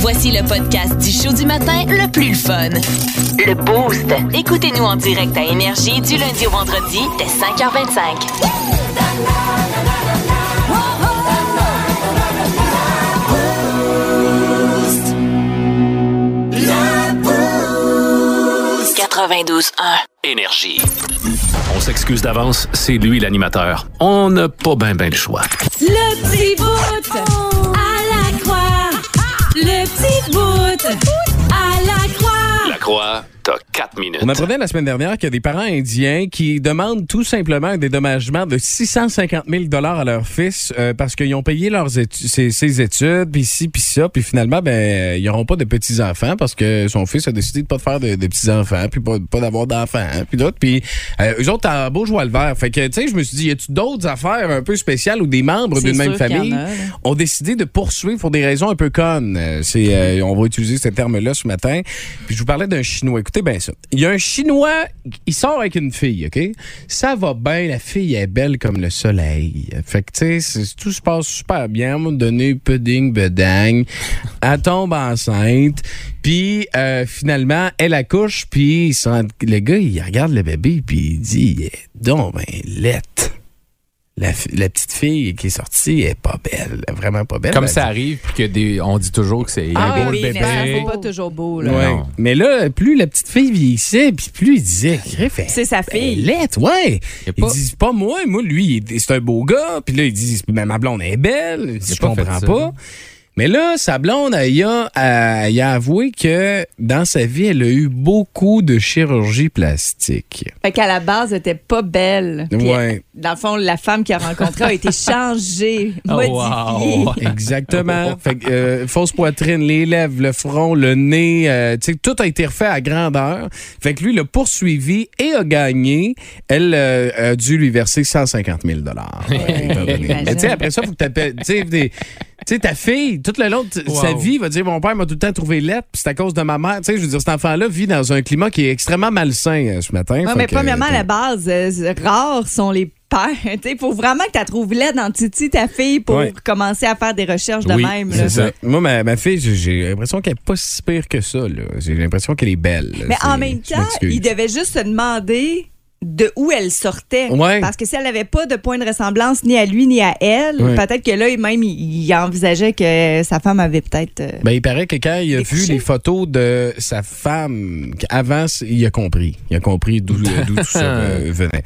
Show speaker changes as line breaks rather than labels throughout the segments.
Voici le podcast du show du matin le plus fun. Le Boost. Écoutez-nous en direct à Énergie du lundi au vendredi dès 5h25.
Énergie. On s'excuse d'avance, c'est lui l'animateur. On n'a pas bien ben le choix.
Le petit bout à la croix. Le petit bout à la croix.
La croix, t'as 4 minutes.
On apprenait la semaine dernière qu'il y a des parents indiens qui demandent tout simplement un dédommagement de 650 000 dollars à leur fils euh, parce qu'ils ont payé leurs étu- ses, ses études, puis ci, puis ça, puis finalement, ben, ils n'auront pas de petits-enfants parce que son fils a décidé de pas de faire de, de petits-enfants, puis pas, pas d'avoir d'enfants, hein, puis d'autres. Puis euh, eux autres, t'as beau jouer à le vert. Fait que, tu sais, je me suis dit, y a-tu d'autres affaires un peu spéciales où des membres
C'est
d'une même
sûr qu'il y en
famille
a, là.
ont décidé de poursuivre pour des raisons un peu connes. Euh, C'est, euh, on va utiliser ce terme-là ce matin. Puis je vous parlais d'un Chinois. Écoutez bien ça. Il y a un Chinois, il sort avec une fille, OK? Ça va bien, la fille est belle comme le soleil. Fait que, tu sais, c'est- tout se passe super bien. À un moment donné, pudding, bedagne. Elle tombe enceinte. Puis, euh, finalement, elle accouche. Puis, il sent- le gars, il regarde le bébé, puis il dit, Il est donc, ben, laite la, fi- la petite fille qui est sortie est pas belle, elle est vraiment pas belle.
Comme
Elle
ça
dit-
arrive, puis que des, on dit toujours que c'est
Ah,
un beau
oui,
le bébé.
C'est pas toujours beau, là.
Ouais.
Non.
Mais là, plus la petite fille vieillissait, puis plus il disait, Griff, elle-
C'est sa
elle est
fille.
laite, ouais.
Y a
Il
pas-
dit, c'est pas moi, moi, lui, il est- c'est un beau gars. Puis là, il dit, mais ma blonde elle est belle. Il dit,
Il a
je
pas fait
comprends
ça.
pas. Mais là, sa blonde, elle y a, elle y a avoué que dans sa vie, elle a eu beaucoup de chirurgie plastique.
Fait qu'à la base, elle était pas belle. Puis,
Ouais.
Dans le fond, la femme qu'il a rencontrée a été changée,
Oh,
modifiée.
wow.
Exactement. fait que, euh, fausse poitrine, les lèvres, le front, le nez, euh, tu sais, tout a été refait à grandeur. Fait que lui, il l'a poursuivi et a gagné. Elle euh, a dû lui verser 150 000 euh, Mais tu sais, après ça, faut que t'appelles- tu sais, des- tu sais, ta fille, tout le long de t-
Wow.
sa vie, va dire Mon père m'a tout le temps trouvé lettre, puis c'est à cause de ma mère. Tu sais, je veux dire, cet enfant-là vit dans un climat qui est extrêmement malsain euh, ce matin.
Ouais,
Fait
mais
que,
premièrement, à
euh,
la base, euh, c'est- rares sont les pères. Tu sais, faut vraiment que tu trouves laide dans Titi, ta fille, pour
Ouais.
commencer à faire des recherches de
Oui,
même. là.
C'est ça. Moi, ma, ma fille, j'ai- j'ai l'impression qu'elle n'est pas si pire que ça. là. J'ai l'impression qu'elle est belle. là.
Mais en
C'est-
même
je
temps,
m'excuse.
il devait juste se demander de où elle sortait.
Ouais.
Parce que si elle n'avait pas de point de ressemblance ni à lui ni à elle,
Ouais.
peut-être que là, même, il, il envisageait que sa femme avait peut-être... euh,
Ben, il paraît que quand il a
Des
vu
couchers.
les photos de sa femme avant, c- il a compris. Il a compris d'où d'où tout ça euh, venait.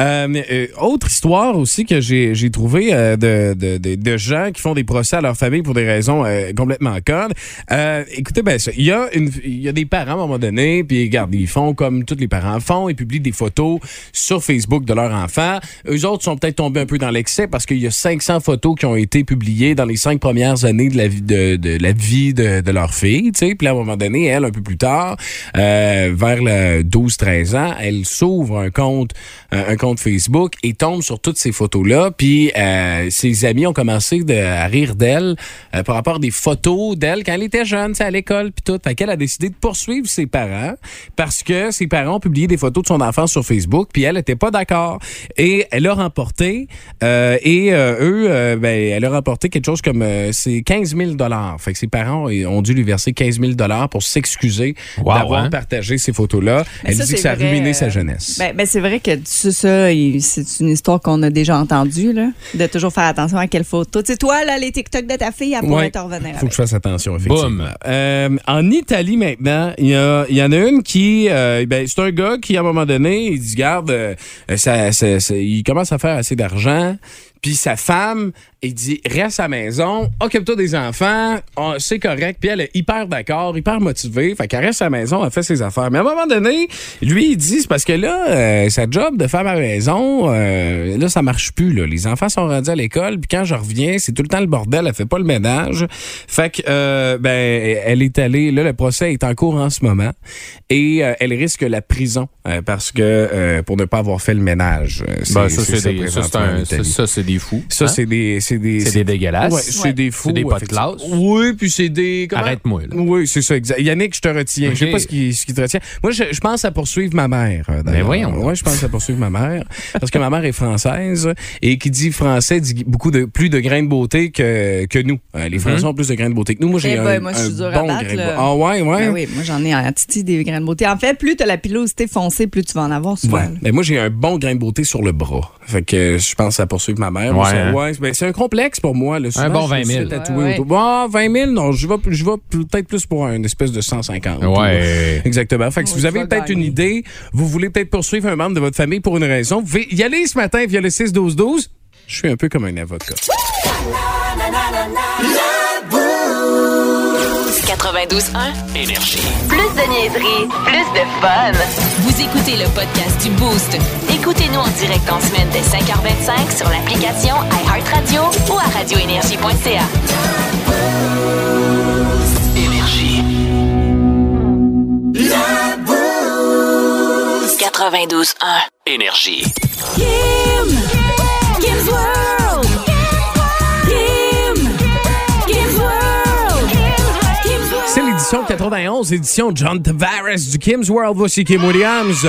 Euh, mais, euh, autre histoire aussi que j'ai j'ai trouvée euh, de, de, de- de gens qui font des procès à leur famille pour des raisons euh, complètement connes. Euh, écoutez, ben, ça, il y, a une- il y a des parents à un moment donné, puis regarde, ils font comme tous les parents font, ils publient des photos sur Facebook de leur enfant. Eux autres sont peut-être tombés un peu dans l'excès parce qu'il y a 500 photos qui ont été publiées dans les cinq premières années de la vie de, de la vie de, de leur fille, tu sais. Puis là, à un moment donné, elle, un peu plus tard, euh, vers le 12-13 ans, elle s'ouvre un compte, euh, un compte Facebook et tombe sur toutes ces photos-là. Puis euh, ses amis ont commencé de- à rire d'elle euh, par rapport à des photos d'elle quand elle était jeune, tu sais, à l'école, puis tout. Fait qu'elle a décidé de poursuivre ses parents parce que ses parents ont publié des photos de son enfant sur Facebook, puis elle n'était pas d'accord. Et elle a remporté, euh, et euh, eux, euh, ben, elle a remporté quelque chose comme euh, c'est 15 000 Fait que ses parents euh, ont dû lui verser 15 000 pour s'excuser
Wow,
d'avoir
hein?
partagé ces photos-là.
Mais
Elle
ça,
dit que
c'est
ça a
vrai,
ruiné
euh,
sa jeunesse.
Ben, ben, c'est vrai que ça, ça, il- c'est une histoire qu'on a déjà entendue, là, de toujours faire attention à quelle photo. Tu sais, toi, là, les TikTok de ta fille, elle pourrait
Ouais.
te revenir
faut que
avec.
je fasse attention, effectivement.
Boum.
Euh, en Italie, maintenant, il y, a- il y en a une qui... euh, ben, c'est un gars qui, à un moment donné, il dit, garde, euh, ça- ça- ça- il commence à faire assez d'argent. Puis sa femme, il dit, reste à la maison, occupe-toi des enfants, on- c'est correct. Puis elle est hyper d'accord, hyper motivée. Fait qu'elle reste à la maison, elle fait ses affaires. Mais à un moment donné, lui, il dit, c'est parce que là, euh, sa job de femme à la maison, euh, là, ça marche plus. Là. Les enfants sont rendus à l'école, puis quand je reviens, c'est tout le temps le bordel, elle fait pas le ménage. Fait que, euh, ben, elle est allée, là, le procès est en cours en ce moment, et euh, elle risque la prison euh, parce que, euh, pour ne pas avoir fait le ménage. Euh,
Ben, ça, c'est
ça
des- ça, c'est
présentement en
un- ça,
Italie.
ça, c'est des, des fous.
Ça,
hein?
c'est des. C'est des,
C'est
c'est-
des dégueulasses.
Ouais, c'est
Ouais.
des fous.
C'est des pas de
effectivement.
classe.
Oui, puis c'est des. comment-
Arrête-moi, là.
Oui, c'est ça, exact. Yannick, je te retiens. Je sais
Ok.
pas ce qui, ce qui te retient. Moi, je, je pense à poursuivre ma mère. euh, d'ailleurs.
Ben voyons.
Ouais, je pense à poursuivre ma mère. parce que ma mère est française et qui dit français dit beaucoup de, plus de grains de beauté que, que nous. Euh,
Mm-hmm.
les Français ont plus de grains de beauté que nous. Moi, j'ai
Eh
un,
ben, moi, je
un
suis dure à
bon
battre,
grain de
là.
beauté. Ah, ouais, ouais.
Ben oui, moi j'en ai en titi des graines de beauté. En fait, plus t'as la pilosité foncée, plus tu vas en avoir souvent.
Ouais.
là.
Ben, moi, j'ai un bon grain de beauté sur le bras. Fait que euh, je pense à poursuivre ma mère.
Ouais,
Ça,
hein.
ouais, ben, c'est un complexe pour moi. Là. Souvent,
bon
je me
20 000.
suis tatoué
Ouais, ouais.
autour- Bon, 20 000, non, je vais, je vais peut-être plus pour une espèce de 150.
Ouais.
Exactement. Fait que si
Oui,
vous
tu
avez
vas
peut-être une
gagner.
idée, vous voulez peut-être poursuivre un membre de votre famille pour une raison, vous pouvez y aller ce matin via le 6-12-12. Je suis un peu comme un avocat.
92.1 Énergie. Plus de niaiserie, plus de fun. Vous écoutez le podcast du Boost. Écoutez-nous en direct en semaine dès 5h25 sur l'application iHeartRadio ou à radioénergie.ca. Énergie. 92.1
Énergie.
Kim! Kim's World! Kim! Kim's World! Kim's World!
C'est l'édition 91, édition John Tavares du Kim's World. Voici Kim Williams.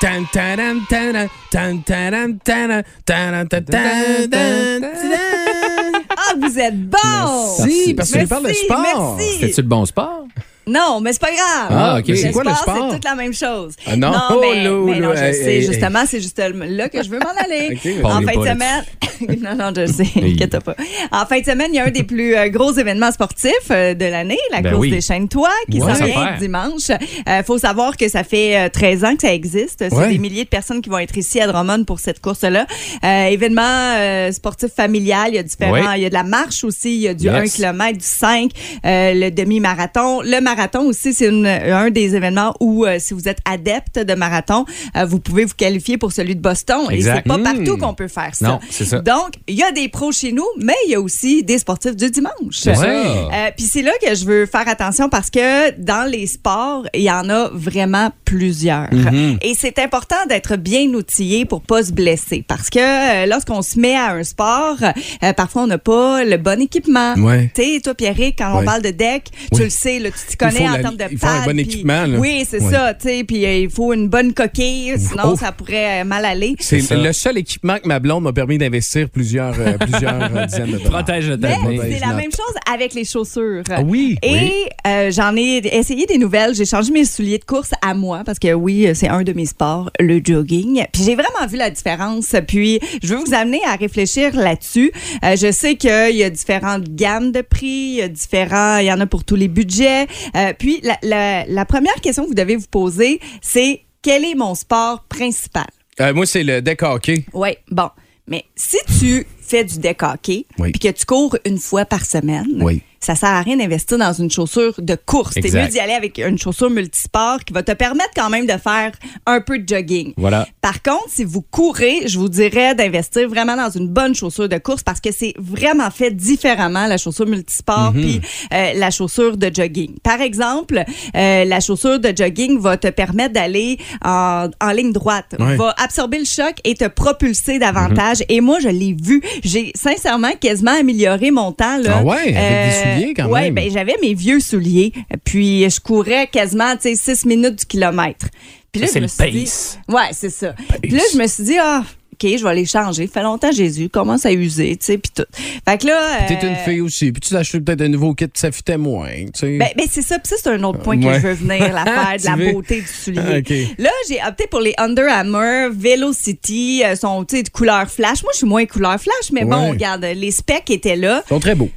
Tan, tan, tan, tan, tan, tan, tan, tan, tan, tan, tan, tan, tan.
Ah, vous êtes bon!
Merci, parce que tu nous parles de
Merci,
sport.
merci.
C'était-tu le bon sport?
Non, mais c'est pas grave.
Ah, ok.
Le
C'est
quoi le sport?
C'est toute la même chose.
Ah, non.
mais,
Oh, là,
mais non,
là,
je
hey,
sais,
hey,
justement, c'est juste là que je veux m'en aller.
Ok, mais
en
parlez
fin de
pas
semaine. non, non, je sais, inquiète pas. En fin de semaine, il y a un des plus euh, gros événements sportifs euh, de l'année, la
Ben
course
oui.
des chaînes toi qui
Ouais.
s'en
Ça
vient
fait.
dimanche. Euh, faut savoir que ça fait euh, 13 ans que ça existe. C'est
Ouais.
des milliers de personnes qui vont être ici à Drummond pour cette course-là. Euh, événement euh, sportif familial, il y a différents,
Ouais.
il y a de la marche aussi, il y a du
Yes.
1 km, du 5, euh, le demi-marathon. Le marathon aussi, c'est une- un des événements où, euh, si vous êtes adepte de marathon, euh, vous pouvez vous qualifier pour celui de Boston. Et
Exact.
c'est pas
Mm.
partout qu'on peut faire ça.
Non, c'est ça.
Donc, il y a des pros chez nous, mais il y a aussi des sportifs du dimanche.
C'est ça.
Euh, Puis c'est là que je veux faire attention parce que dans les sports, il y en a vraiment plusieurs.
Mm-hmm.
Et c'est important d'être bien outillé pour pas se blesser parce que euh, lorsqu'on se met à un sport, euh, parfois on n'a pas le bon équipement.
Ouais.
Tu sais, toi Pierrick, quand
Ouais.
on parle de deck,
Oui.
tu le sais, là, tu t'y connais
faut la-
en termes de
il faut un
pad,
bon
puis-
équipement, là.
Oui, c'est
Ouais.
ça. Tu sais, puis euh, il faut une bonne coquille, sinon
Oh.
ça pourrait euh, mal aller.
C'est
ça.
le seul équipement que ma blonde m'a permis d'investir plusieurs, euh, plusieurs euh, dizaines de dollars.
Protège le
Mais
tableau.
c'est la même chose avec les chaussures.
Ah oui,
Et
oui.
euh, j'en ai essayé des nouvelles. J'ai changé mes souliers de course à moi parce que oui, c'est un de mes sports, le jogging. Puis j'ai vraiment vu la différence. Puis je veux vous amener à réfléchir là-dessus. Euh, je sais qu'il y a différentes gammes de prix, il y a différents, il y en a pour tous les budgets. Euh, puis la, la- la première question que vous devez vous poser, c'est quel est mon sport principal?
Euh, moi, c'est le deck hockey.
Oui, bon. Mais si tu fais du deck hockey,
Oui.
puis que tu cours une fois par semaine,
Oui.
ça sert à rien d'investir dans une chaussure de course. T'es
Exact.
mieux d'y aller avec une chaussure multisport qui va te permettre quand même de faire un peu de jogging.
Voilà.
Par contre, si vous courez, je vous dirais d'investir vraiment dans une bonne chaussure de course parce que c'est vraiment fait différemment la chaussure multisport
Mhm.
puis euh, la chaussure de jogging. Par exemple, euh, la chaussure de jogging va te permettre d'aller en, en ligne droite,
Ouais. Mhm.
va absorber le choc et te propulser davantage. Et moi, je l'ai vu. J'ai sincèrement quasiment amélioré mon temps. Là.
Ah ouais, avec des souliers quand
ouais,
même.
ben, j'avais mes vieux souliers, puis je courais quasiment, tu sais, 6 minutes du kilomètre. Puis là,
Ça, c'est
je me
le
suis dit-
pace.
Ouais, c'est ça.
Bah,
Puis là, je me suis dit, ah, OK, je vais les changer. Fait longtemps, Jésus commence à user, tu sais, puis tout. Fait que là.
T'es
euh,
une fille aussi. Puis tu t'achètes peut-être un nouveau kit, ça fitait moins. tu sais.
ben, ben, c'est ça, Puis ça, c'est un autre point
Ouais.
que je veux venir, l'affaire de
Tu veux?
la beauté du
Ah,
soulier.
ok.
Là, j'ai opté pour les Under Armour, Velocity, euh, sont, tu sais, de couleur flash. Moi, je suis moins couleur flash, mais
Ouais.
bon, regarde, les specs étaient là,
Ils sont très beaux.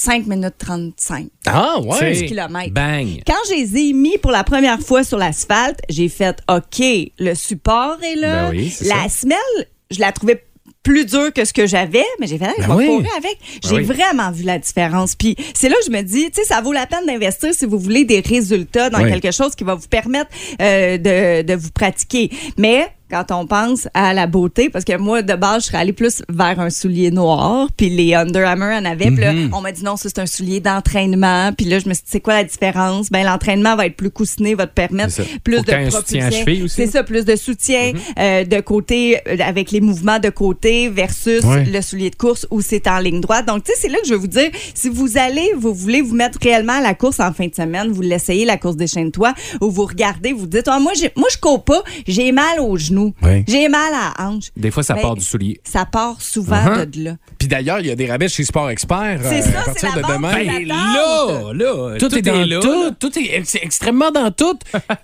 5 minutes 35.
Ah, ouais.
Tu sais, kilomètres.
Bang.
Quand je les ai mis pour la première fois sur l'asphalte, j'ai fait OK, le support est là.
Ben oui, c'est
la
ça.
semelle, je la trouvais plus dure que ce que j'avais, mais j'ai fait, hey, je
Ben
vais
oui.
courir avec. J'ai
Ah oui.
vraiment vu la différence. Puis c'est là que je me dis, tu sais, ça vaut la peine d'investir si vous voulez des résultats dans
Oui.
quelque chose qui va vous permettre euh, de, de vous pratiquer. Mais quand on pense à la beauté, parce que moi, de base, je serais allée plus vers un soulier noir, puis les Under Armour en avaient. Puis là,
Mhm.
on m'a dit non, ça, c'est un soulier d'entraînement. Puis là, je me suis dit, c'est quoi la différence? Ben, l'entraînement va être plus coussiné, va te permettre
C'est ça.
plus
Faut que
de
t'aies un soutien à
propulsion.
cheville aussi. Mhm.
C'est ça, plus de soutien euh, de côté, euh, avec les mouvements de côté versus
Ouais.
le soulier de course où c'est en ligne droite. Donc, tu sais, c'est là que je veux vous dire, si vous allez, vous voulez vous mettre réellement à la course en fin de semaine, vous l'essayez, la course des chaînes toi ou vous regardez, vous dites, Ah, moi, j'ai- moi, je cours pas, j'ai mal aux genoux,
Ouais.
j'ai mal à la hanche.
Des fois, ça
Ben,
part du soulier.
Ça part souvent
Uh-huh.
de là.
Puis d'ailleurs, il y a des rabais chez Sport Expert
C'est
euh,
ça,
à
c'est
partir
la
de
base.
demain.
Ben,
là, là,
tout, est dans
là.
tout, tout est, c'est extrêmement dans tout.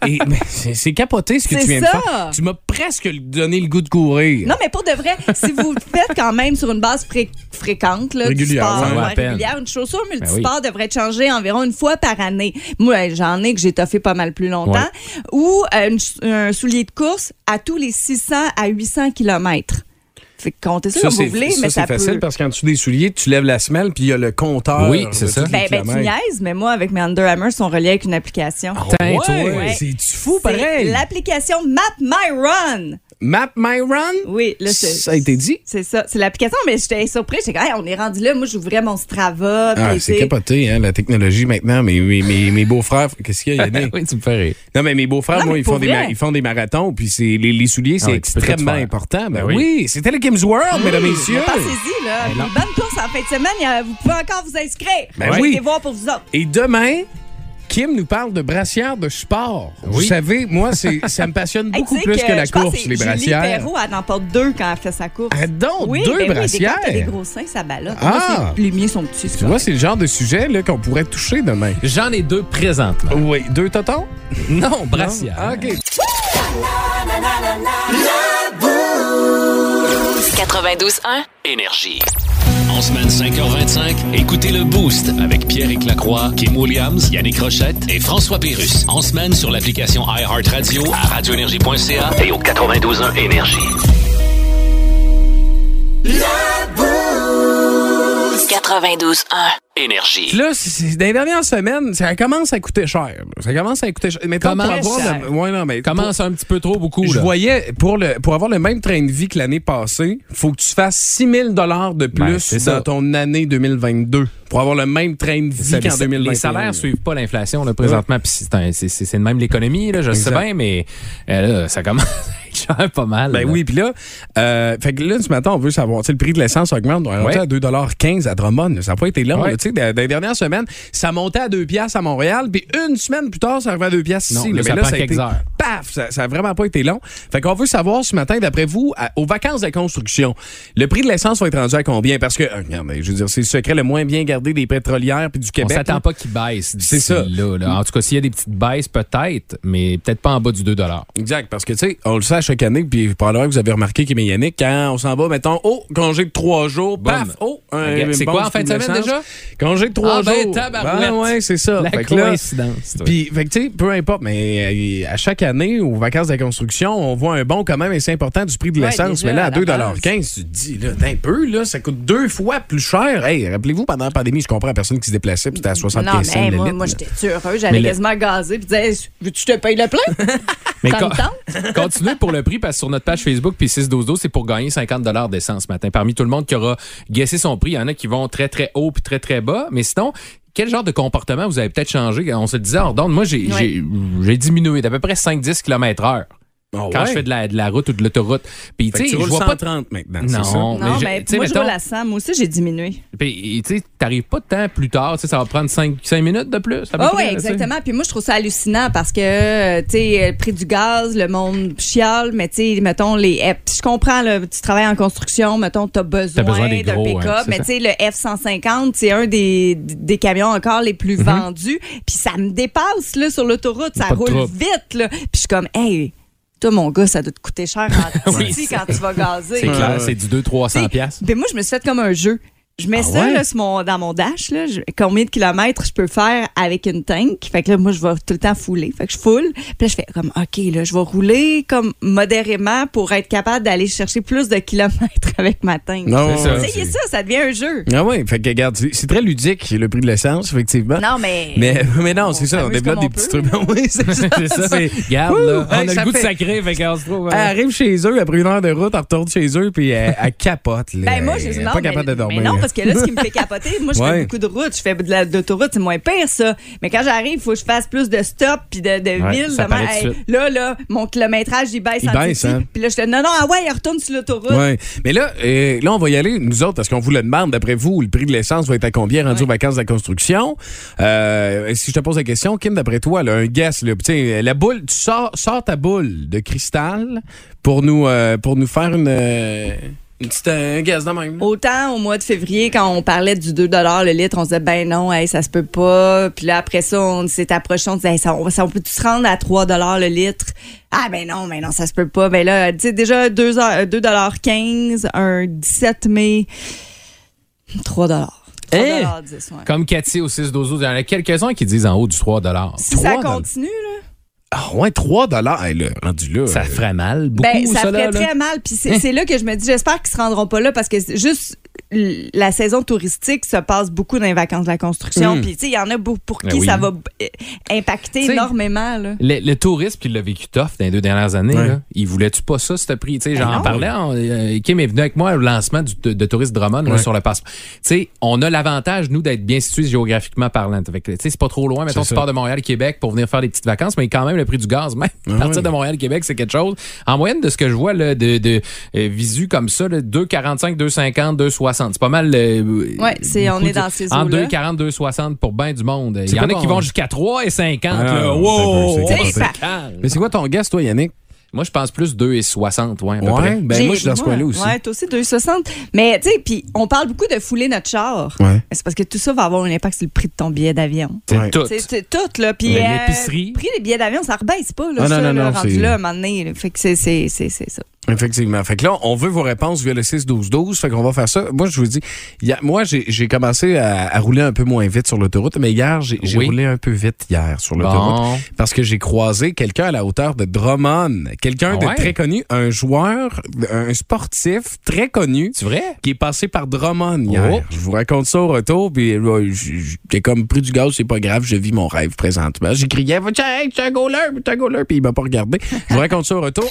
Et mais c'est c'est capoté ce que
C'est
tu viens
ça.
de faire. Tu m'as presque donné le goût de courir.
Non, mais pour de vrai, si vous le faites quand même sur une base fré- fréquente, là,
Régulière,
du sport,
ça
vaut la peine.
régulière, une chaussure
Ben
multisport devrait être changée environ une fois par année. Moi, j'en ai que j'ai toffé pas mal plus longtemps. Ou euh, une ch- un soulier de course à tous les 600 à 800 km. Fait que comptez ça, comme
c'est
vous voulez,
ça,
mais
c'est
ça peut...
facile parce qu'en dessous des souliers, tu lèves la semelle puis il y a le compteur.
Oui, c'est
de
ça.
tous les
Ben, ben, tu
kilomètres. Ah
niaises, mais moi, avec mes Under Armour, ils sont reliés avec une application.
Putain, toi.
Ouais,
Ouais.
C'est du Ben, fou
C'est
pareil.
L'application Map My Run.
Map My Run.
Oui, là, c'est-
ça a été dit.
C'est ça, c'est l'application, mais j'étais surprise. J'étais comme, Hey, on est rendu là. Moi, j'ouvrais mon Strava.
Ah,
puis,
c'est
tu sais,
capoté, hein, la technologie maintenant. Mais mes, mes, mes beaux-frères, qu'est-ce qu'il y a, Yannick?
Ben oui, tu me fais rire.
Non, mais mes beaux-frères,
Non,
moi,
mais
ils
pour
font, des
vrai.
ma- ils font des marathons, puis c'est, les, les souliers, c'est
ouais, Ah tu peux tout
extrêmement
faire.
important. Ben
Ben
oui,
oui.
c'était le Games World,
Mmh,
mesdames et messieurs.
Pensez-y, là. Puis bonne course en fin de semaine. Il y a- Vous pouvez encore vous inscrire.
Ben
Je vais
oui.
les voir pour vous autres.
Et demain, Kim nous parle de brassières de sport. Vous
Ben Oui.
savez, moi, c'est, ça me passionne
Hey,
beaucoup
tu sais
plus que, la
je pense
course,
c'est
les
Julie
brassières.
Perrault, elle en porte deux quand elle fait sa course.
Ah, donc,
oui,
deux
ben
brassières?
Oui, mais quand t'as des gros seins, ça balade.
Ah!
Les miens sont petits.
Tu vois, c'est le genre de sujet là, qu'on pourrait toucher demain.
J'en ai deux présentement.
Oui, deux totons?
Non, brassière.
Ah, OK.
92.1.
Énergie. En semaine 5h25, écoutez le Boost avec pierre Lacroix, Kim Williams, Yannick Rochette et François Pérus. En semaine sur l'application iHeartRadio à radioénergie.ca et au 92.1 Énergie.
92.1.
Énergie.
Là, c'est- c'est- dans les dernières semaines, ça commence à coûter cher. Ça commence à coûter cher. Mais toi,
Commence
pour avoir
cher.
le- ouais, non, mais
Commence un petit peu trop beaucoup.
Je
là.
voyais, pour, le, pour avoir le même train de vie que l'année passée, faut que tu fasses 6 000 de
Ben,
plus
c'est ça.
dans ton année 2022 pour avoir le même train de vie
Ça, les-
qu'en 2021.
Les salaires suivent pas l'inflation là, présentement. Puis c'est un- c'est c'est- c'est de même l'économie, là, je
Exact.
sais bien, mais euh, là, ça commence à être cher pas mal.
Ben
là.
oui, puis là, euh, fait que là, ce matin, on veut savoir, tu sais, le prix de l'essence augmente, on est rendu
Ouais.
à 2,15 à Drummond. là. Ça n'a pas été long,
Ouais.
là, tu sais, dans dans les dernières semaines, ça montait à 2 piastres à Montréal, puis une semaine plus tard, ça arrivait à 2 piastres
Non,
ici.
là,
Mais
ça prend
a
quelques
été-
heures.
Paf! Ça, ça a vraiment pas été long. Fait qu'on veut savoir ce matin, d'après vous, à- aux vacances de construction, le prix de l'essence va être rendu à combien? Parce que, euh, regarde, mais je veux dire, c'est le secret le moins bien gardé des pétrolières puis du
On
Québec.
s'attend
là.
pas qu'il baisse
C'est
d'ici
ça.
là, là. En tout cas, s'il y a des petites baisses, peut-être, mais peut-être pas en bas du 2
Exact, parce que, tu sais, on le sait à chaque année, puis probablement que vous avez remarqué qu'il Yannick, quand on s'en va, mettons, oh, congé de trois jours,
Boum.
paf, oh, un-
Ok, c'est
bon
quoi,
petit
en fin de
coup
semaine,
naissance.
déjà?
Congé de trois
Ah, ben,
jours.
tabarouette.
Ben, ouais, c'est ça.
La
Fait que là,
coïncidence, toi.
Puis, fait que, tu sais, peu importe, mais euh, à chaque année, aux vacances de la construction, on voit un bond quand même assez important du prix de
Ouais,
l'essence.
déjà,
mais là, à
à la
2,15 tu te dis, là, d'un peu, là, ça coûte deux fois plus cher. Hey, rappelez-vous, pendant la pandémie, je comprends la personne qui se déplaçait, puis c'était à 75
Non, mais
cents
hey,
le
moi,
litre,
moi
là.
j'étais heureuse.
Mais
J'allais
le-
quasiment gazer puis disais, veux-tu que je te paye le plein?
Mais
Ça me
con-
tente.
continuez pour le prix, parce que sur notre page Facebook, puis 6-12-12, c'est pour gagner 50 d'essence ce matin. Parmi tout le monde qui aura guessé son prix, il y en a qui vont très, très haut puis très, très bas. Mais sinon, quel genre de comportement vous avez peut-être changé? On se le disait, ordonne, moi, j'ai
Ouais.
j'ai- j'ai diminué d'à peu près 5-10 km heure
Ah
quand
ouais?
je fais de la, de la route ou de l'autoroute. Puis,
Fait que
tu sais,
tu
je
roules
vois pas...
130 maintenant, c'est ça?
Non,
Non,
je-
mais
tu sais,
moi, je
mettons-
vois la 100. Moi aussi, j'ai diminué.
Puis, tu sais, t'arrives pas tant plus tard, tu sais, ça va prendre 5, minutes de plus. à peu
Ah
près,
oui,
là, tu sais.
exactement. Puis moi, je trouve ça hallucinant parce que, euh, tu sais, le prix du gaz, le monde chiale, mais tu sais, mettons, les F... Je comprends, là, tu travailles en construction, mettons, tu as besoin,
T'as besoin des
d'un
gros,
pick-up,
hein, c'est
mais
ça.
tu sais, le F-150, c'est un des, des camions encore les plus vendus. Puis ça me dépasse, là, sur l'autoroute. Ça
Mm-hmm. Pas de
roule
trouble.
vite, là. Puis je suis comme, hey, toi, mon gars, ça doit te coûter cher en
Oui,
titi quand tu vas gazer.
C'est clair, c'est du 200-300
Puis
piastres.
moi, je me suis fait comme un jeu. Je mets
Ah
ça
ouais?
là, sur mon- dans mon dash, là, je- combien de kilomètres je peux faire avec une tank. Fait que là, moi, je vais tout le temps fouler. Fait que je foule. Puis là, je fais comme, OK, là, je vais rouler comme modérément pour être capable d'aller chercher plus de kilomètres avec ma tank.
Non,
C'est ça.
ouais,
Essayez ça, ça devient un jeu.
Ah oui, fait que regarde, c'est c'est très ludique le prix de l'essence, effectivement.
Non, mais.
Mais, mais non, c'est
On
ça, on
s'amuse
développe
comme
des
on
petits
peut,
trucs. oui, c'est ça.
C'est ça.
c'est-
Regarde,
Ouh,
là,
hey,
on a
ça
le goût de
fait- Euh,
sacrer, fait qu'on se trouve. hein.
Elle arrive chez eux après une heure de route, elle retourne chez eux, puis elle, elle capote. Là.
Ben moi, je
Elle
dis
est
non,
pas
mais,
capable de dormir.
mais non, parce que là, ce qui me fait capoter, moi, je
Ouais.
fais beaucoup de routes, je fais de la- de l'autoroute, c'est moins pire, ça. Mais quand j'arrive, il faut que je fasse plus de stops puis de, de
Ouais,
villes.
ça
de même.
paraît tout de
Hey, là, là, mon kilométrage, il baisse
Il
en
baisse,
Titi.
hein.
Puis là, je te dis, non, non, ah ouais, retourne sur l'autoroute.
Ouais. Mais là, euh, là, on va y aller, nous autres, parce qu'on vous le demande, d'après vous, le prix de l'essence va être à combien rendu aux vacances de la construction? Euh, si je te pose la question, Kim, d'après toi, là, un guess, là, tu sais, la boule, tu sors, sors ta boule de cristal pour nous, euh, pour nous faire une, euh, une petite, euh, un guess de même.
Autant au mois de février, quand on parlait du 2 le litre, on se disait, ben non, hey, ça se peut pas. Puis là, après ça, on s'est approché, on disait, hey, ça, on, ça, on peut-tu se rendre à 3 le litre? Ah, ben non, ben non, ça se peut pas. Ben là, tu sais, déjà 2, heures- euh, 2,15 un 17 mai, 3
Hey!
3,10 ouais.
Comme Cathy au 6 12 il y en a quelques-uns qui disent en haut du 3
Si ça
3
continue, là,
Ah ouais, 3 dollars. là, rendu là.
Ça
euh,
ferait mal. Beaucoup,
ben, ça
ça,
ferait
là, là.
très mal. Puis
Hein?
c'est c'est là que je me dis, j'espère qu'ils se rendront pas là parce que c'est juste l- la saison touristique se passe beaucoup dans les vacances de la construction.
Mm.
Puis, tu sais, il y en a beaucoup pour qui
Ben oui.
ça va euh, impacter
Tu sais,
énormément. Là.
Le, le tourisme, puis il l'a vécu tough dans les deux dernières années.
Ouais. Ah
Là. Il voulait-tu pas ça, ce prix? Tu sais,
non.
J'en parlais. on- euh, Kim est venu avec moi au lancement du- de, de Tourisme Drummond là,
Ouais.
sur le passeport. Tu sais, on a l'avantage, nous, d'être bien situés géographiquement parlant. Fait que, tu sais, C'est pas trop loin. Mettons,
C'est
tu
ça.
pars de Montréal, Québec pour venir faire des petites vacances, mais quand même, le prix du gaz, même,
Ah
partir
ouais.
de Montréal, Québec, c'est quelque chose. En moyenne, de ce que je vois là, de, de euh, visu comme ça, là, 2,45, 2,50, 2,60. C'est pas mal. euh, Oui,
Ouais, c'est- on est dans ces
En
eaux-là.
2,40, 2,60 pour ben du monde. Il
C'est
y en
pas
a qui
bon. hein.
vont jusqu'à 3,50.
Ah,
là.
non,
Wow!
c'est pas-
wow,
c'est pas-
c'est calme.
Mais c'est quoi ton guess, toi, Yannick?
Moi, je pense plus 2 et 60, ouais, à peu
Ouais,
près.
ben
J'ai-
moi, je suis dans ce coin-là aussi.
Ouais, toi aussi, 2,60. Mais, tu sais, puis on parle beaucoup de fouler notre char.
Ouais.
C'est parce que tout ça va avoir un impact sur le prix de ton billet d'avion.
C'est
Ouais.
tout.
C'est- C'est tout, là. Puis,
Ouais,
euh,
l'épicerie.
le prix des billets d'avion, ça rebaisse pas, là.
Ben, Ah, non,
ça,
non,
là,
non,
rendu
c'est-
là, à un moment donné. là. Fait que c'est- c'est c'est- c'est ça.
Effectivement. Fait que là, on veut vos réponses via le 6-12-12. Fait qu'on va faire ça. Moi, je vous dis, hier- moi, j'ai j'ai commencé à, à rouler un peu moins vite sur l'autoroute, mais hier, j'ai j'ai
Oui.
roulé un peu vite hier sur l'autoroute.
Bon.
Parce que j'ai croisé quelqu'un à la hauteur de Drummond. Quelqu'un
Ouais.
de très connu, un joueur, un sportif très connu
C'est vrai?
qui est passé par Drummond hier.
Oh.
Je vous raconte ça au retour, puis là, j- j- j'ai comme pris du gaz, c'est pas grave, je vis mon rêve présentement. J'ai crié, « Tiens, hey, t'es un goaler, t'es un goaler », puis il m'a pas regardé. Je vous raconte ça au retour.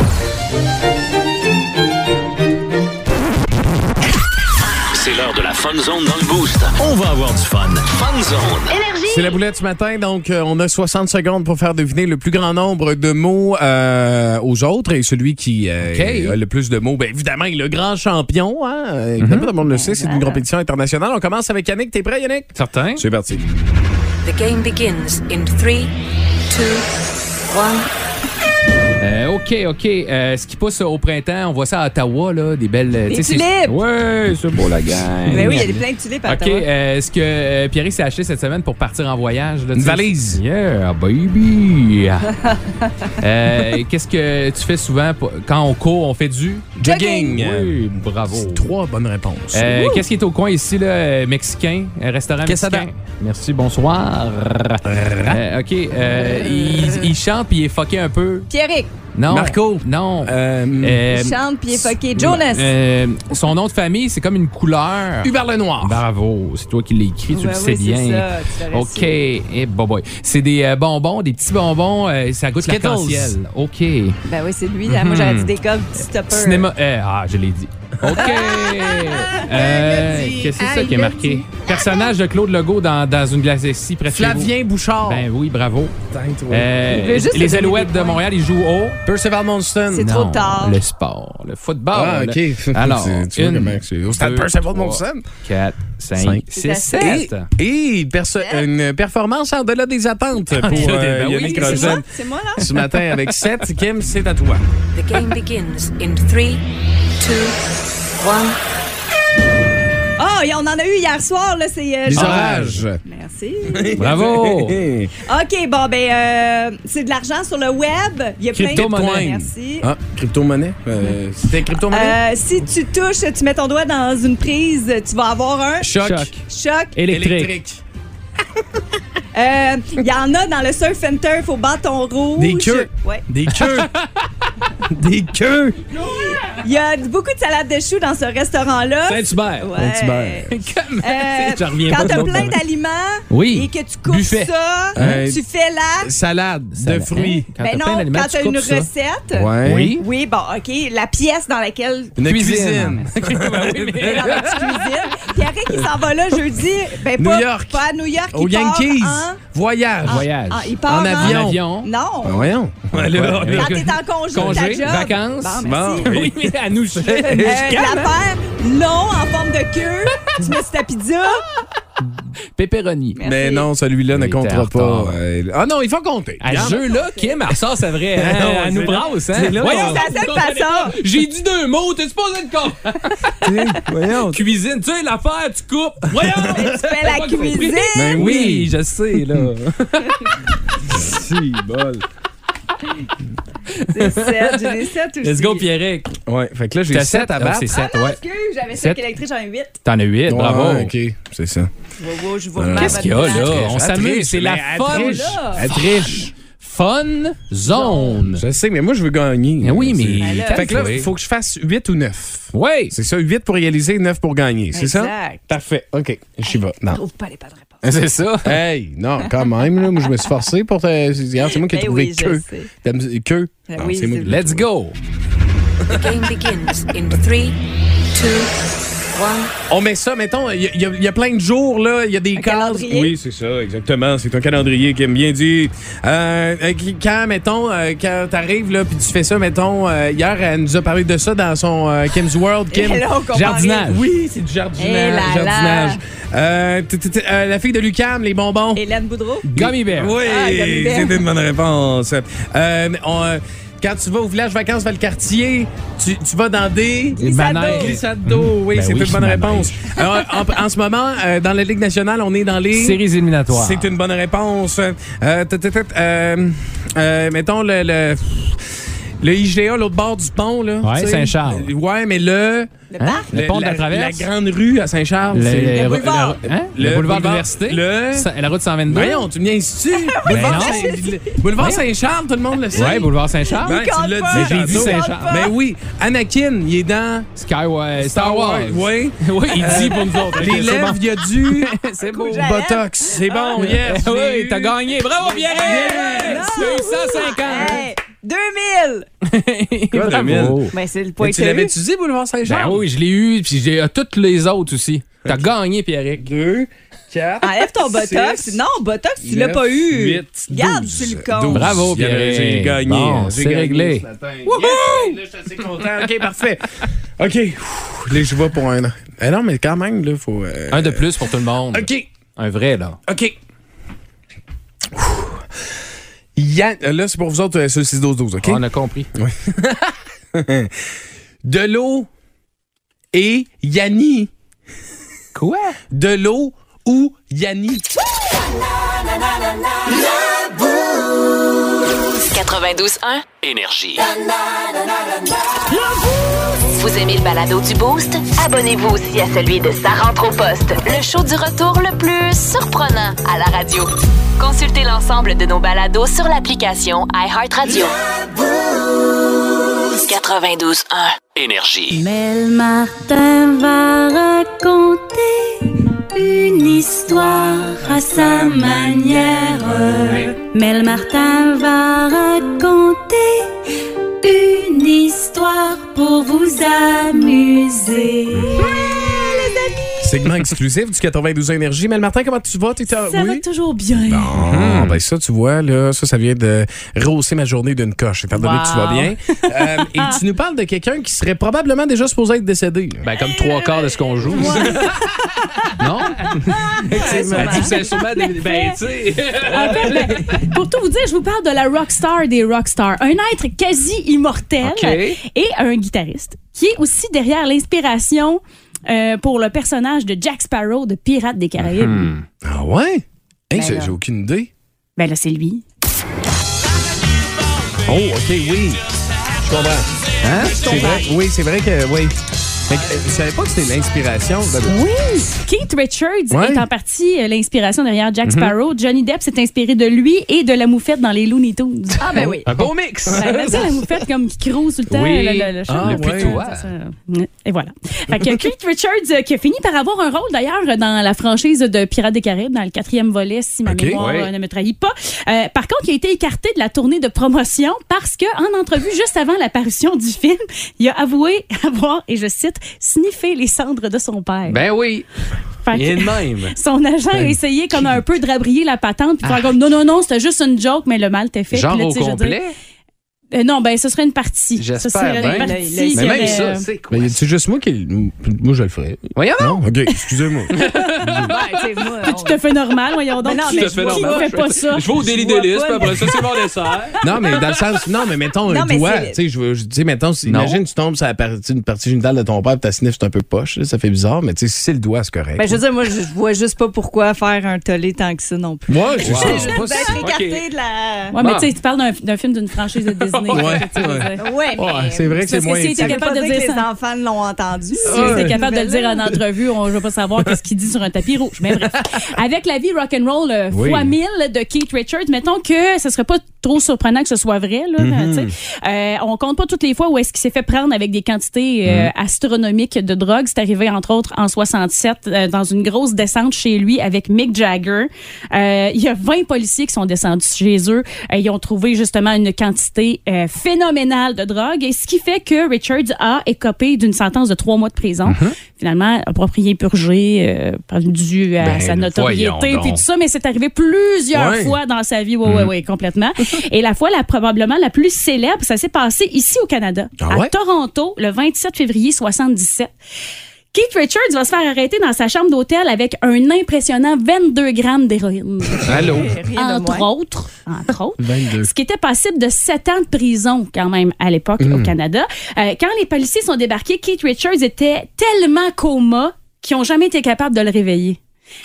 C'est l'heure de la Fun Zone dans le Boost. On va avoir du fun. Fun Zone.
C'est la boulette ce matin, donc euh, on a 60 secondes pour faire deviner le plus grand nombre de mots euh, aux autres et celui qui euh,
Ok.
a le plus de mots, bien évidemment, il est le grand champion. Hein? Euh,
Mhm.
évidemment, Tout le monde le sait, c'est une compétition internationale. On commence avec Yannick. T'es prêt, Yannick?
Certain.
C'est parti.
The game begins in three, two, one.
Euh, OK, OK. Euh, ce qui pousse au printemps, on voit ça à Ottawa, là, des belles... euh,
Des
tu sais, c'est-
tulipes!
Ouais, c'est beau, la
Eh
gang.
Mais Ben oui, il y a des plein de tulipes à
OK,
Ottawa.
euh, est-ce que euh, Pierre s'est acheté cette semaine pour partir en voyage? Là, tu
Une
sais?
valise.
Yeah, baby! Euh, Qu'est-ce que tu fais souvent pour- quand on court, on fait du?
Jogging.
Oui, bravo.
C'est Trois bonnes réponses.
Euh, Qu'est-ce qui est au coin ici, là, euh, mexicain, euh, restaurant
Quesada.
mexicain? Merci, bonsoir. Euh, OK, euh, il, il chante puis il est fucké un peu.
Pierrick,
Non.
Marco.
Non.
Euh,
Euh,
il chante puis il est fucké. Jonas.
euh, son nom de famille, c'est comme une couleur.
Hubert Lenoir.
Bravo, c'est toi qui l'as écrit, tu
Ben
le sais
oui, c'est
bien.
ça, tu l'aurais
OK,
su.
Eh, boy, boy. c'est des euh, bonbons, des petits bonbons, euh, ça goûte
Skittles.
l'arc-en-ciel. OK.
Ben oui, c'est lui. là. Moi, j'aurais dit des gobes, petit stopper.
Cinéma. eh, ah, je l'ai dit. OK. Euh, Qu'est-ce que c'est ça qui est marqué? Personnage de Claude Legault dans, dans une glacier presque.
Flavien Bouchard.
Ben oui, bravo.
Thank you.
Euh,
Il veut juste se
les
donner
Alouettes
des
de
points.
Montréal, ils jouent haut.
Percival Monston.
C'est trop
Non,
tard.
Le sport, le football.
Ah, OK.
Alors,
C'est- tu vois
une,
comment c'est- au stade
deux,
Percival
trois,
Molson.
quatre, 5, 6, 7.
Et, et perso- une performance en delà des attentes
delà
pour
des-
euh,
ben oui,
Yannick
C'est
Rochette.
moi, c'est moi, là?
Ce matin avec 7, Kim, c'est à toi.
The game begins in three, two, one.
Ah, et on en a eu hier soir, là, c'est... euh,
Les
je-
orages.
Merci.
Bravo!
OK, bon, ben, euh, c'est de l'argent sur le web. Il y a plein
Crypto-monnaie.
de... Merci.
Ah, crypto-monnaie? Euh, C'était crypto-monnaie?
Euh, si tu touches, tu mets ton doigt dans une prise, tu vas avoir un
Choc.
choc.
Électrique.
Euh, Il y en a dans le surf and turf au bâton rouge.
Des queues.
Ouais.
Des queues. Des queues.
Il y a beaucoup de salades de choux dans ce restaurant-là.
Saint-Hubert.
Ouais.
Saint-Hubert.
Euh,
Je reviens
quand
pas
t'as
de
plein
l'autre.
d'aliments
Oui.
et que tu coupes
Buffet.
ça,
Euh,
tu fais la...
Salade de
Salade.
fruits.
Hein? Quand
ben
t'as plein
non,
d'aliments,
quand
tu
t'as
coupes
une
ça.
recette.
Ouais.
Oui.
Oui, bon, OK. La pièce dans laquelle
Une
Cuisine.
cuisine.
dans la petite cuisine. Puis après qu'il s'en va là jeudi, ben
New
pas,
York.
pas à New York,
Aux
il part
Yankees.
en-
Voyage.
Voyage.
en- il part
En avion.
En avion. Ah
Non.
Ah. Ben voyons.
Quand t'es en congé, ta
Congé,
job.
vacances. hein?
Bon, merci.
oui, mais à nous. je-
Euh, L'affaire long en forme de queue. tu mets sur ta pizza.
Pepperoni.
Merci.
Mais non, celui-là ne
Il était en
comptera
retard.
pas. Euh, Ah non, il faut compter.
À ce jeu-là, Kim, elle ressort sa vraie. hein?
Non,
Elle
c'est
nous
là-
brasse, hein?
c'est là
Voyons,
C'est la seule façon.
J'ai dit deux mots, t'es supposé être con.
Voyons.
Cuisine, tu sais, l'affaire, tu coupes. Voyons!
Tu fais la cuisine.
Ben oui,
oui,
je sais, là.
Si, bol.
C'est sept, J'en ai sept aussi.
Let's go, Pierrick.
Ouais, fait que là, j'ai
T'as
7
sept,
à
donc
battre.
C'est
Ah
7,
non,
ouais.
excuse, j'avais
Sept.
7 électriques, j'en ai 8.
T'en as 8,
Ouais,
bravo.
OK, c'est ça.
je vois mal
Euh, Qu'est-ce
votre
qu'il y a,
place.
là? On
Elle
s'amuse,
triche,
c'est
mais
la
elle
fun.
triche.
Là.
Elle triche.
Fun zone.
Je sais, mais moi, je veux gagner.
Mais Ben oui,
C'est-
mais.
Fait que là, il faut que je fasse 8 ou 9.
Oui.
C'est ça, 8 pour réaliser, 9 pour gagner, c'est ça?
Exact.
Parfait. OK, j'y vais. Non.
Trouve pas les pas de réponse.
C'est ça.
Hey, non, quand même, là, moi, je me suis forcé pour te. C'est regarde, c'est moi qui ai
Ben
trouvé
oui, je
que.
sais.
T'as mis- Que.
Ben
Non,
oui,
c'est moi
c'est-
qui l'ai
Let's go.
The game begins in three, two, one.
On met ça, mettons, il y, a- il y a- il y a plein de jours, là, il y a des cases.
calendrier.
Oui, c'est ça, exactement. C'est un calendrier qui aime bien dit. Euh, euh, qui- quand, mettons, euh, quand t'arrives, là, puis tu fais ça, mettons, euh, hier, elle nous a parlé de ça dans son euh, Kim's World, Kim.
Et là, on comprend
jardinage.
rien.
Ah Oui, c'est du jardinage.
Eh là là.
jardinage. Euh, t- t- t- euh, la fille de Lucam, les bonbons.
Hélène Boudreau.
Gummy bear.
Oui,
Ah, gummy bear.
c'était une bonne réponse. Euh, on, euh, quand tu vas au village vacances vers le quartier, tu, tu vas dans des...
manèges.
Glissade d'eau, oui,
Ben
c'est
oui,
une bonne
manège.
réponse. Alors, en, en ce moment, euh, dans la Ligue nationale, on est dans les...
Séries éliminatoires.
C'est une bonne réponse. Euh, tut, tut, tut, euh, euh, mettons le, le, le IGA, l'autre bord du pont. Là,
Ouais,
tu sais.
Saint-Charles.
Ouais, mais le,
Le
Hein?
parc.
Le pont de la
la,
traverse.
la grande rue à Saint-Charles.
Le,
c'est-
le-
boulevard.
le- hein? Le
Le
boulevard de
boulevard.
l'université.
Le-
Sa- La route 122.
Voyons, tu me niaises-tu?
Ben
boulevard
non.
Saint- boulevard Saint-Charles, tout le monde le sait.
Ouais, boulevard Saint-Charles.
Ben, tu l'as
Mais
dit,
j'ai dit
tantôt.
Saint-Charles.
Ben oui, Anakin, il est dans
Skyway. Star Wars.
Oui.
Oui, il dit pour nous autres.
Les lèvres, il y a du
c'est beau. Ah. Eh
J'allais.
Botox. C'est bon, yes.
Oui, t'as gagné. Bravo, Pierre! 250!
Hey, 2000.
Hein? Quoi, 2000?
Bravo!
Ben, c'est le point
Mais
que
tu
t'as eu.
l'avais-tu dit, boulevard
Ben
Saint-Charles?
oui, je l'ai eu, puis j'ai à toutes les autres aussi. T'as gagné, Pierrick.
Deux, quatre.
Enlève ton botox.
six,
Non, botox, tu l'as
neuf,
pas eu.
huit,
Garde,
douze.
tu le comptes.
Douze.
Bravo,
Il y avait-
Pierre.
J'ai gagné.
Bon,
J'ai
c'est
gagné
réglé.
ce matin. Yes, là, je suis assez content. OK, parfait. OK. Ouh, Là, je vais pour un. Eh non, mais quand même, là, faut. euh,
Un de plus pour tout le monde.
OK.
Un vrai, là.
OK. Ouh. Yann- euh, Là, c'est pour vous autres, euh, sur le 6-12-12, OK?
On a compris.
De l'eau et Yanni.
Quoi?
De l'eau ou Yanni.
92.1 Énergie. Vous aimez le balado du Boost? Abonnez-vous aussi à celui de Sa rentre au poste, le show du retour le plus surprenant à la radio. Consultez l'ensemble de nos balados sur l'application iHeartRadio. 92.1 Énergie.
Mais le Martin va raconter une histoire à sa manière. Mais le Martin va raconter une histoire pour vous amuser.
Les amis.
Segment exclusif du 92 Énergie. Mais le Martin, comment tu vas? T'es
Ça va toujours bien.
Bon, ben ça, tu vois, là, ça, ça vient de rehausser ma journée d'une coche, étant donné que tu vas
Wow.
bien. Euh, et tu nous parles de quelqu'un qui serait probablement déjà supposé être décédé. là.
Ben, comme trois quarts de ce qu'on joue. non?
Effectivement.
Tu sais, sûrement des. Ben, tu sais.
En fait, ben, pour tout vous dire, je vous parle de la rockstar des rockstars, un être quasi immortel
OK.
et un guitariste qui est aussi derrière l'inspiration euh, pour le personnage de Jack Sparrow de Pirates des Caraïbes.
Ah ouais? Hey, j'ai-
là.
J'ai aucune idée.
Ben là, c'est lui.
Oh, OK, oui. Je comprends. Hein? C'est vrai? Oui, c'est vrai que, oui. Fait que, euh, je savais pas que c'était l'inspiration. Ben,
Oui! Keith Richards
Ouais.
est en partie euh, l'inspiration derrière Jack Sparrow. Johnny Depp s'est inspiré de lui et de la moufette dans les Looney Tunes.
Ah, ben oui.
Un beau mix.
Ben, t'as vu ça, la moufette comme qui croule tout le temps.
Oui.
le- le- le chat,
Ah,
là,
depuis
ça,
toi.
ça, ça. Et voilà. Fait que Keith Richards, euh, qui a fini par avoir un rôle d'ailleurs dans la franchise de Pirates des Caraïbes, dans le quatrième volet, si ma
Ok.
mémoire
Oui.
euh, ne me trahit pas. Euh, par contre, il a été écarté de la tournée de promotion parce que, en entrevue juste avant l'apparition du film, il a avoué avoir, et je cite, sniffé les cendres de son père.
Ben oui.
Fait que-
Il est de même.
son agent a essayé comme un peu de rabrier la patente puis de faire comme non non non c'était juste une joke mais le mal t'est fait
Ah. Genre
Puis là,
au
tu sais, je veux dire,
complet.
euh, non, ben ce serait une partie.
J'espère
Ça serait
bien.
une
Mais
partie.
même
s'il y avait, euh,
c'est quoi?
Mais ben, c'est juste moi qui. Moi, je le ferais.
Voyons donc.
Non? OK, excusez-moi.
Ben, tu sais, moi, on-
Tout à fait normal, voyons donc.
Mais non,
Qui-
mais
qui
je vois-
ne fait pas ça?
Je vais au délit
Je vois
d'hélice,
pas
puis après
le-
ça, c'est mon dessert.
Non, mais dans le sens. Non, mais mettons
Non,
un
mais
doigt.
c'est-
Tu sais, je veux- je- tu sais, mettons, si-
Non.
imagine, tu tombes sur la partie, une partie génitale de ton père, puis ta sniff, c'est un peu poche. là, ça fait bizarre, mais tu sais, si c'est le doigt, c'est correct.
Ben, je veux dire, moi, je vois juste pas pourquoi faire un tollé tant que ça non plus.
Moi, je
Wow.
sais
Juste
pas
d'être
si-
Ben, écarté
ok.
de la.
Ouais, mais tu sais, tu parles d'un- d'un film d'une franchise de Disney.
Ouais,
Tu sais,
ouais.
Ouais,
tu
Ouais,
mais.
c'est vrai que c'est
parce que
moins.
si
Ça
t'es
veut
capable
pas
de
dire
dire
que les
ça.
enfants l'ont entendu.
Si j'étais capable de le dire en entrevue, on ne va pas savoir qu'est-ce qu'ils disent sur un tapis rouge. Mais bref, avec la vie rock'n'roll roll
Oui.
fois mille de Keith Richards, mettons que ce serait pas trop surprenant que ce soit vrai. Là, tu sais. Euh, on compte pas toutes les fois où est-ce qu'il s'est fait prendre avec des quantités euh, astronomiques de drogue. C'est arrivé entre autres en 67 euh, dans une grosse descente chez lui avec Mick Jagger. Euh, Il y a 20 policiers qui sont descendus chez eux. Euh, ils ont trouvé justement une quantité euh, phénoménale de drogue, et ce qui fait que Richards a écopé d'une sentence de trois mois de prison. Finalement, approprié purgé, euh, par- dû à
Ben,
sa
voyons
notoriété,
donc.
puis tout ça, mais c'est arrivé plusieurs
Ouais.
fois dans sa vie, oui, oui, oui, complètement. Et la fois la, probablement la plus célèbre, ça s'est passé ici au Canada,
Ah
à
ouais?
Toronto, le 27 février 77. Keith Richards va se faire arrêter dans sa chambre d'hôtel avec un impressionnant 22 grammes d'héroïne.
Allô?
entre autres, entre autres.
22.
Ce qui était possible de 7 ans de prison quand même à l'époque
Mm.
au Canada. Euh, quand les policiers sont débarqués, Keith Richards était tellement coma qu'ils n'ont jamais été capables de le réveiller.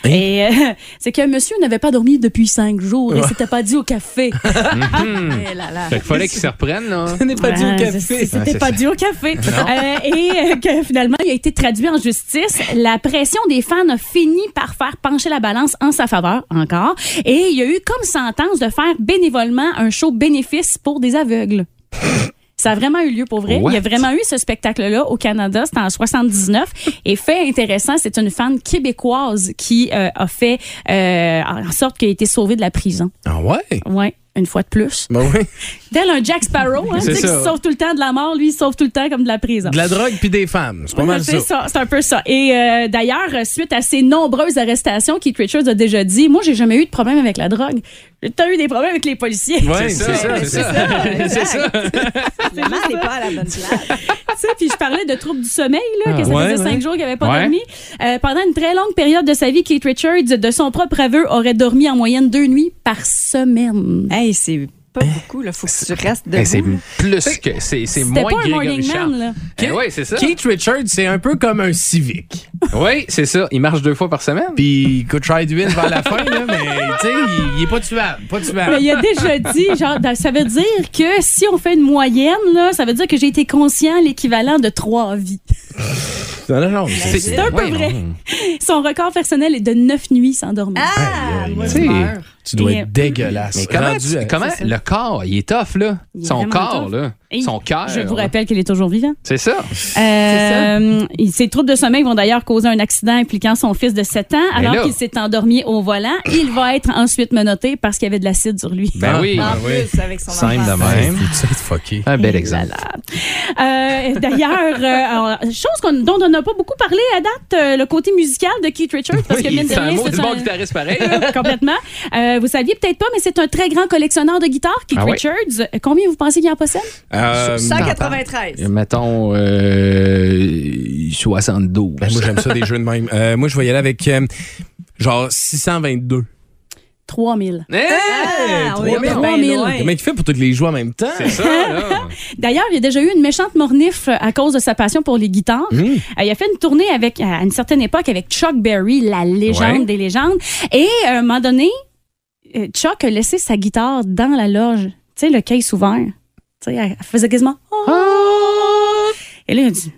Hein?
Et euh, c'est que monsieur n'avait pas dormi depuis cinq jours et s'était pas dit au café.
Fait qu'il fallait qu'il se reprenne, là.
Ce n'est pas
Ouais, c'est- C'était
Ouais, c'est
pas
ça.
dû au café. Euh, et euh, que finalement, il a été traduit en justice. La pression des fans a fini par faire pencher la balance en sa faveur, encore. Et il y a eu comme sentence de faire bénévolement un show bénéfice pour des aveugles. Ça a vraiment eu lieu pour vrai. Il y
What?
a vraiment eu ce spectacle-là au Canada. C'était en 79. Et fait intéressant, c'est une fan québécoise qui euh, a fait euh, en sorte qu'elle a été sauvée de la prison.
Ah ouais?
Ouais, une fois de plus.
Ben oui.
Tel un Jack Sparrow, hein, tu
C'est
sais, qui
ça.
se sauve tout le temps de la mort, lui, il se sauve tout le temps comme de la prison.
De la drogue puis des femmes. C'est pas mal ça.
C'est ça, c'est un peu ça. Et euh, d'ailleurs, euh, suite à ces nombreuses arrestations, Keith Richards a déjà dit Moi, j'ai jamais eu de problème avec la drogue. J'ai tant eu des problèmes avec les policiers.
Ouais, c'est ça, c'est ça.
C'est ça. Finalement, t'es pas à la bonne place.
Tu sais, puis je parlais de troubles du sommeil, là, que ça
Ah. Ouais,
faisait
ouais.
cinq jours qu'il n'avait pas
Ouais.
dormi. Euh, pendant une très longue période de sa vie, Keith Richards, de son propre aveu, aurait dormi en moyenne deux nuits par semaine.
Hey, c'est pas beaucoup, là. Faut que tu restes
Eh,
Ben, Eh. c'est
debout. là.
plus que. C'est c'est
C'était
moins
pas un
Grégory
morning
Charles.
man, là.
Eh ouais, c'est ça.
Keith Richards, c'est un peu comme un civique.
Oui, c'est ça. Il marche deux fois par semaine.
Puis il coûte try d'huile vers la fin, là, mais tu sais, il, il est pas tuable. Pas
Mais
tuable.
il a déjà dit, genre, dans- ça veut dire que si on fait une moyenne, là, ça veut dire que j'ai été conscient l'équivalent de trois vies.
Non, non, non. c'est-
C'est un peu
ouais,
vrai.
non.
Son record personnel est de neuf nuits sans dormir.
Ah, moi, je
Tu sais,
meurs.
Tu dois
Et-
être dégueulasse.
Mais comment,
Rendu
tu-
à-
comment
euh, c'est ça.
le corps, il est tough, là.
Il est
Son
vraiment
corps,
tough.
là.
Et
Son cœur.
Je vous rappelle qu'il est toujours vivant.
C'est ça.
Euh, il- ses troubles de sommeil vont d'ailleurs causer un accident impliquant son fils de 7 ans
Mais là-
alors qu'il s'est endormi au volant. Il va être ensuite menotté parce qu'il y avait de l'acide sur lui.
Ben oui.
En
Ah.
oui.
plus, avec son
Simple
enfant.
de même. Tu sais, fucké.
Un bel
Et
exemple.
voilà. Euh, D'ailleurs, euh, alors, chose qu'on- dont on n'a pas beaucoup parlé à date, euh, le côté musical de Keith Richards, parce que
Oui,
mine de
c'est un
rien,
maudit
c'est
bon
un-
guitariste pareil, là.
Complètement. Euh, vous saviez peut-être pas, mais c'est un très grand collectionneur de guitares, Keith
Ah oui?
Richards. Combien vous pensez qu'il en possède?
Euh,
193.
Mettons euh, 72.
Ben, moi, j'aime ça, des jeux de même. Euh, moi, je vais y aller avec euh, genre 622.
3000.
Ah,
on est
3000.
bien 3000. loin.
Comment il fait pour toutes les jouer en même temps?
C'est ça, là.
D'ailleurs, il y a déjà eu une méchante mornif euh, à cause de sa passion pour les guitares.
Mmh.
Euh, il a fait une tournée avec, à une certaine époque avec Chuck Berry, la légende
Ouais.
des légendes. Et à un moment donné, euh, Chuck a laissé sa guitare dans la loge. Tu sais, le case ouvert. Tu sais, elle elle faisait quasiment.
Ah!
Et là, il a dit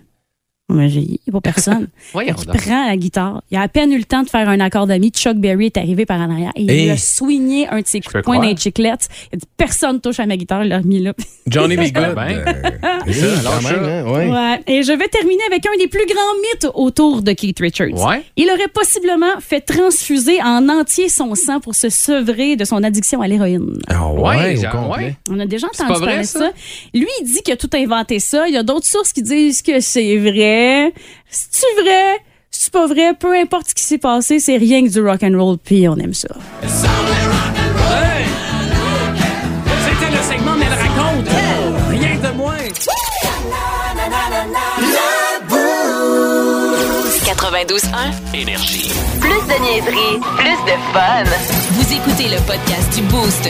Mais j'ai- il n'y a pas personne.
Voyons
il
donc.
prend la guitare. Il a à peine eu le temps de faire un accord d'amis. Chuck Berry est arrivé par en arrière. Et il
Hey.
lui a soigné un de ses coups de
peux
poing dans
croire.
les chiclettes. Il a dit Personne touche à ma guitare. Il l'a remis là.
Johnny B. Good.
Ben.
Euh, c'est ça,
alors
quand
ça.
même, hein, ouais.
Ouais. Et je vais terminer avec un des plus grands mythes autour de Keith Richards.
Ouais.
Il aurait possiblement fait transfuser en entier son sang pour se sevrer de son addiction à l'héroïne.
Ah
Ouais,
au
genre,
complet.
ouais.
On a déjà
C'est
entendu
pas vrai,
parler de
ça?
ça. Lui, il dit qu'il a tout inventé ça. Il y a d'autres sources qui disent que c'est vrai. C'est-tu vrai? C'est pas vrai? Peu importe ce qui s'est passé, c'est rien que du rock and roll, puis on aime ça.
C'était le segment d'Elle raconte. Rien de moins.
92.1.
Énergie.
Plus de niaiserie, plus de fun. Vous écoutez le podcast du Boost.